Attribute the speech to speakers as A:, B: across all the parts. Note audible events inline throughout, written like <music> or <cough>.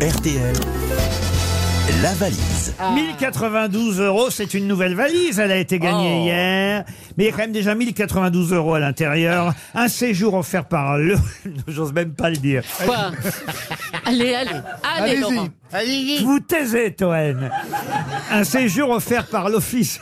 A: RTL. La valise.
B: Ah.
C: 1092 euros, c'est une nouvelle valise. Elle a été gagnée
B: Oh.
C: hier. Mais il y a quand même déjà 1092 euros à l'intérieur. Un séjour offert par le... <laughs> J'ose même pas le dire.
D: Quoi <laughs> Allez, allez, allez, Laurent.
C: Je Vous taisez, Toen. Un séjour offert par l'Office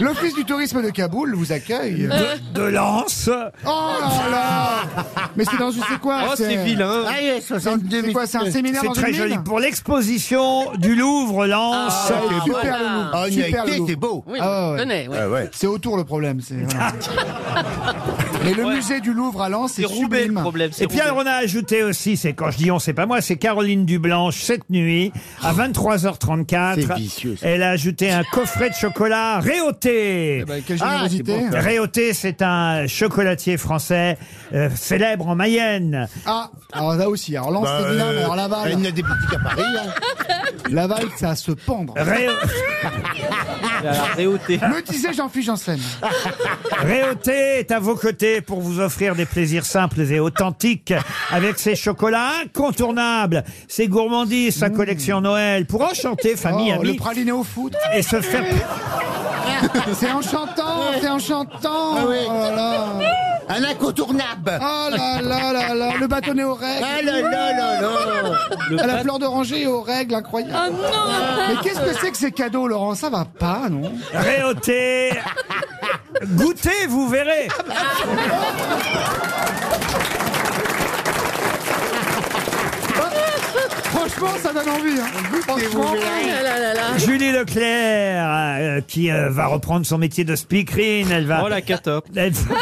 B: L'Office du tourisme de Kaboul vous accueille.
C: de, de Lens.
B: Oh là là Mais c'est euh, dans je sais quoi
E: Oh, c'est vilain.
F: Allez,
B: C'est une-
F: 62
B: c'est
F: 000.
B: quoi C'est un séminaire
C: C'est
B: dans
C: très
B: une
C: joli.
B: mine
C: Pour l'exposition du Louvre, Lens.
B: Ah, super
F: voilà.
B: le Louvre.
F: Ah, une
B: super le
F: été,
B: Louvre.
F: c'est beau.
D: Oui,
B: Ah
D: on
B: ouais.
D: connaît, ouais.
F: ouais.
B: C'est autour le problème. C'est, voilà. Mais le musée du Louvre à Lens, c'est
E: C'est Roubaix le
B: sublime.
E: problème. c'est
C: Et puis
E: Roubaix.
C: alors, on a ajouté aussi, c'est quand je dis on, c'est pas moi, c'est Caroline Dublanche cette nuit à 23h34.
F: Ah. C'est vicieux, ça.
C: Elle a ajouté un coffret de chocolat Réauté.
B: Bah, quelle générosité.
C: Réauté, c'est un chocolatier français euh, célèbre en Mayenne.
B: ah, alors là aussi. Alors Lens, c'est vilain, mais alors Laval,
F: il y a des boutiques à Paris. hein.
B: <laughs> Laval, ça a se pendre. <laughs>
C: Ré-
E: La réauté.
B: Me disait Jean-Philippe Janssen.
C: Réauté est à vos côtés pour vous offrir des plaisirs simples et authentiques avec ses chocolats incontournables, ses gourmandises, sa collection Noël pour enchanter famille,
B: Mmh. Oh, le
C: amis
B: praliné au foot.
C: et se faire
B: C'est enchantant, c'est enchantant.
F: Ah oui.
B: Oh là là.
F: Un incontournable.
B: Oh là là là là. Le bâtonnet aux règles.
F: Ah là là là là.
B: à la fleur d'oranger et aux règles, incroyable. Mais qu'est-ce que c'est que ces cadeaux, Laurent Ça va pas, non
C: Réauté Goûtez, vous verrez
B: Franchement, ça donne envie. Hein. Franchement,
D: Ah là là là.
C: Julie Leclerc, euh, qui euh, va reprendre son métier de speakerine, elle va...
E: Oh la cata.
C: elle... va-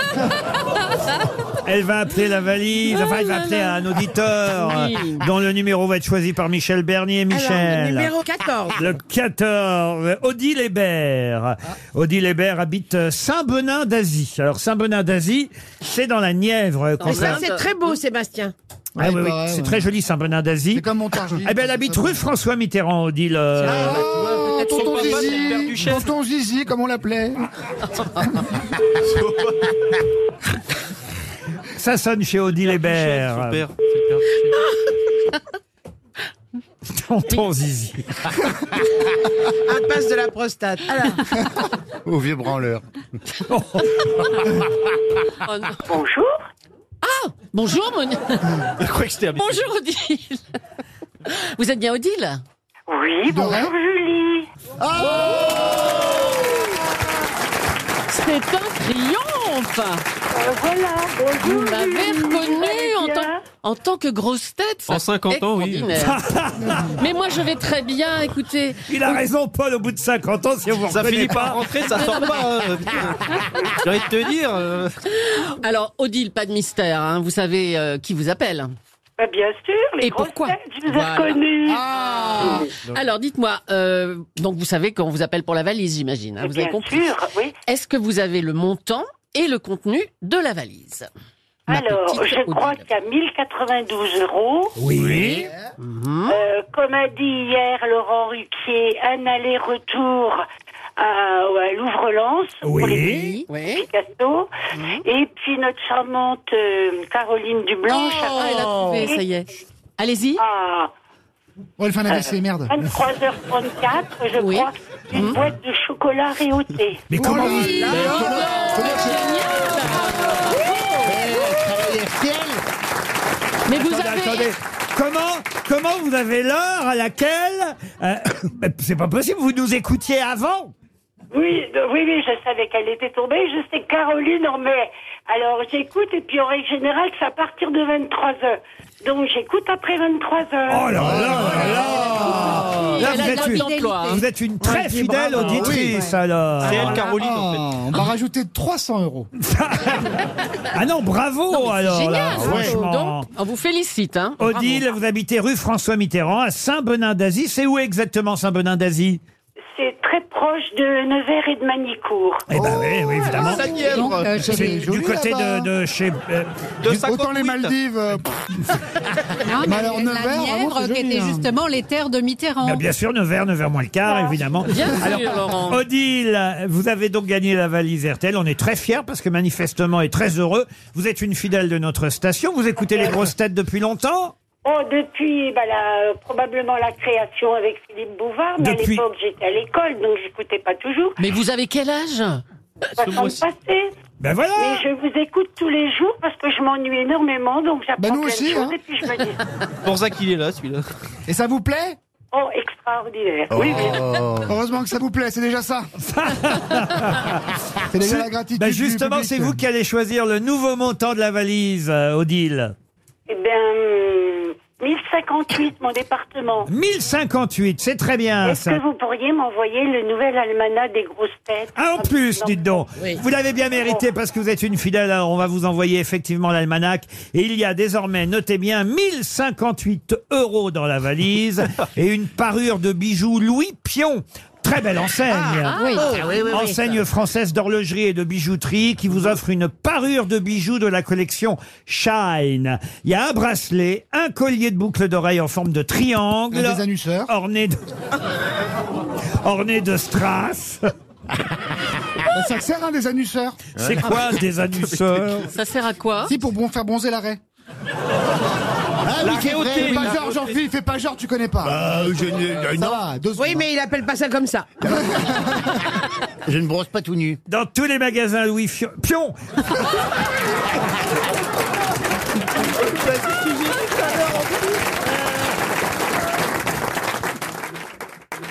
C: elle va appeler la valise, enfin elle va appeler un auditeur euh, dont le numéro va être choisi par Michel Bernier. Michel.
G: Numéro 14.
C: Le 14, Odile Hébert. Odile Hébert habite euh, Saint-Benin d'Asie. Alors, Saint-Benin d'Asie, c'est dans la Nièvre. quand
G: Mais
C: ça-
G: ça, c'est très beau, Sébastien.
C: Ah oui,
B: Ouais,
C: oui,
B: bah ouais,
C: c'est
B: ouais.
C: très joli, Saint-Benin d'Asie.
B: C'est comme Montargis.
C: Eh ben, elle habite rue François Mitterrand, Odile. euh,
B: Oh,
E: Son
B: tonton
E: papa, c'est le père
B: Zizi,
E: du chef.
B: tonton Zizi, comme on l'appelait.
C: ça sonne chez Odile Hébert.
E: Eh, Super. C'est le père du chef.
C: Tonton Zizi.
G: Impasse de la prostate. Alors,
F: Au vieux branleur.
D: Oh non.
H: Bonjour.
D: Bonjour, Moni- <laughs>
E: Je crois que c'était un-
D: Bonjour, Odile. Vous êtes bien Odile Oh
H: Oui, bonjour Julie.
D: C'est un triomphe
H: Euh, voilà, bonjour.
D: Vous m'avez reconnue
H: Julie. Vous
D: en
H: allez
D: tant,
H: bien
D: en tant que grosse tête. ça,
E: En 50 ans, oui.
D: extraordinaire.
E: <laughs>
D: Mais moi, je vais très bien, écoutez.
C: Il a raison, Paul, au bout de 50 ans, si on vous
E: Ça
C: reconnaît
E: finit par
C: pas.
E: rentrer, ça sort pas. euh, putain. J'ai envie de te dire. euh,
D: Alors, Odile, pas de mystère, hein, vous savez euh, qui vous appelle.
H: Bah, Bien sûr, les
D: Et
H: grosses
D: pourquoi
H: têtes, je vous
D: Voilà.
H: ai reconnues.
B: Ah
D: Alors, dites-moi, euh, donc vous savez qu'on vous appelle pour la valise, j'imagine. hein, vous
H: Bien
D: avez compris.
H: sûr, oui.
D: Est-ce que vous avez le montant et le contenu de la valise Ma
H: Alors,
D: petite
H: je crois
D: Odile.
H: qu'il y a 1092 euros.
C: Oui.
H: Euh, comme a dit hier Laurent Ruquier, un aller-retour à, à Louvre-Lens pour
C: Oui.
H: les
D: Oui, Mhm. oui.
H: Picasso. Et puis notre charmante euh, Caroline Dublanche
D: Oh, elle a trouvé, ça y est. Allez-y.
C: Ah.
H: à
B: Oh, elle fait un AVC,
H: Ah,
B: merde.
H: 23h34, je
D: Oui. Mhm.
H: crois, une boîte de chocolat réauté.
C: Mais comment vous-
D: Mais vous
C: Attendez,
D: avez.
C: attendez. Comment, comment vous avez l'heure à laquelle euh, <coughs> c'est pas possible vous nous écoutiez avant
H: Oui, euh, oui, oui, je savais qu'elle était tombée. Je sais que Caroline en met. Alors j'écoute et puis en règle générale, c'est à partir de 23 h Donc j'écoute après 23
C: Oh là
H: h
C: là là là Là,
D: Elle
C: vous,
D: a
C: êtes
D: de
C: une,
D: l'emploi, hein.
C: vous êtes une très fidèle auditrice alors.
E: C'est elle, Caroline,
B: Ah,
E: en fait.
B: on va rajouter 300 euros.
C: Ah non, bravo
D: Non, mais
C: alors
D: c'est
C: Ah là,
D: génial, bravo.
C: franchement.
D: Donc, on vous félicite. Hein.
C: Odile,
D: Bravo.
C: vous habitez rue François Mitterrand à Saint-Benin d'Asie. C'est où exactement Saint-Benin d'Asie
H: C'est très proche de Nevers et de Manicourt.
C: Eh ben oui, oui, évidemment.
E: La Nièvre.
B: Euh,
C: C'est
B: c'est
C: du
B: joli,
C: côté de,
B: là-bas.
C: de chez. euh,
E: De
B: Autant
E: 58.
B: les Maldives. euh,
I: Non,
B: Mais alors, Nevers,
I: Hein, la
B: vraiment,
I: Nièvre,
B: c'est
I: qui
B: joli,
I: était
B: hein.
I: justement les terres de Mitterrand.
C: bah, bien sûr, Nevers, Nevers moins le quart, évidemment.
D: Bien sûr, Laurent.
C: Odile, vous avez donc gagné la valise RTL. On est très fiers parce que manifestement et très heureux. Vous êtes une fidèle de notre station. Vous écoutez les grosses têtes depuis longtemps
H: Oh, depuis bah, la- probablement la création avec Philippe Bouvard, mais
C: Depuis-
H: à l'époque j'étais à l'école, donc j'écoutais pas toujours.
D: Mais vous avez quel âge
B: Bah,
H: Ça s'en passait.
C: Ben voilà
H: Mais je vous écoute tous les jours parce que je m'ennuie énormément, donc
B: Bah,
H: j'apprends
B: nous
H: plein
B: aussi,
H: de choses
B: hein.
H: et puis je me dis,
E: Pour ça qu'il est là, celui-là.
B: Et ça vous plaît
H: oh, extraordinaire. Oui, oui.
F: Oh.
B: Heureusement que ça vous plaît, c'est déjà ça. c'est déjà la gratitude.
C: Ben
B: du
C: justement,
B: public.
C: c'est vous qui allez choisir le nouveau montant de la valise, euh, Odile.
H: Eh bien, 1058, mon département.
C: 1058, c'est très bien
H: Est-ce
C: Ah, ça.
H: que vous pourriez m'envoyer le nouvel almanach des grosses têtes
C: Ah, en plus,
H: Non.
C: dites donc.
G: Oui.
C: Vous l'avez bien mérité parce que vous êtes une fidèle. Alors, on va vous envoyer effectivement l'almanach. Et il y a désormais, notez bien, 1058 euros dans la
I: <laughs>
C: valise et une parure de bijoux Louis Pion. Très belle enseigne.
I: Ah, Oui.
C: Enseigne française d'horlogerie et de bijouterie qui vous offre une parure de bijoux de la collection Shine. Il y a un bracelet, un collier de boucles d'oreilles en forme de triangle.
B: Un des annusseurs.
C: Orné de... <laughs> orné de strass.
B: Ça sert un des annusseurs.
C: C'est quoi des annusseurs
D: Ça sert à quoi
B: Si, pour bon, faire bronzer l'arrêt.
F: Ah, oui, c'est vrai,
B: Fais
F: oui.
B: pas genre, Jean-Philippe, fais pas genre, tu connais pas.
F: Ah, je, ne,
B: Ça
F: non,
B: va, deux
G: Oui,
B: secondes.
G: mais il appelle pas ça comme ça.
F: je ne brosse pas tout nu.
C: Dans tous les magasins Louis Fio- Pion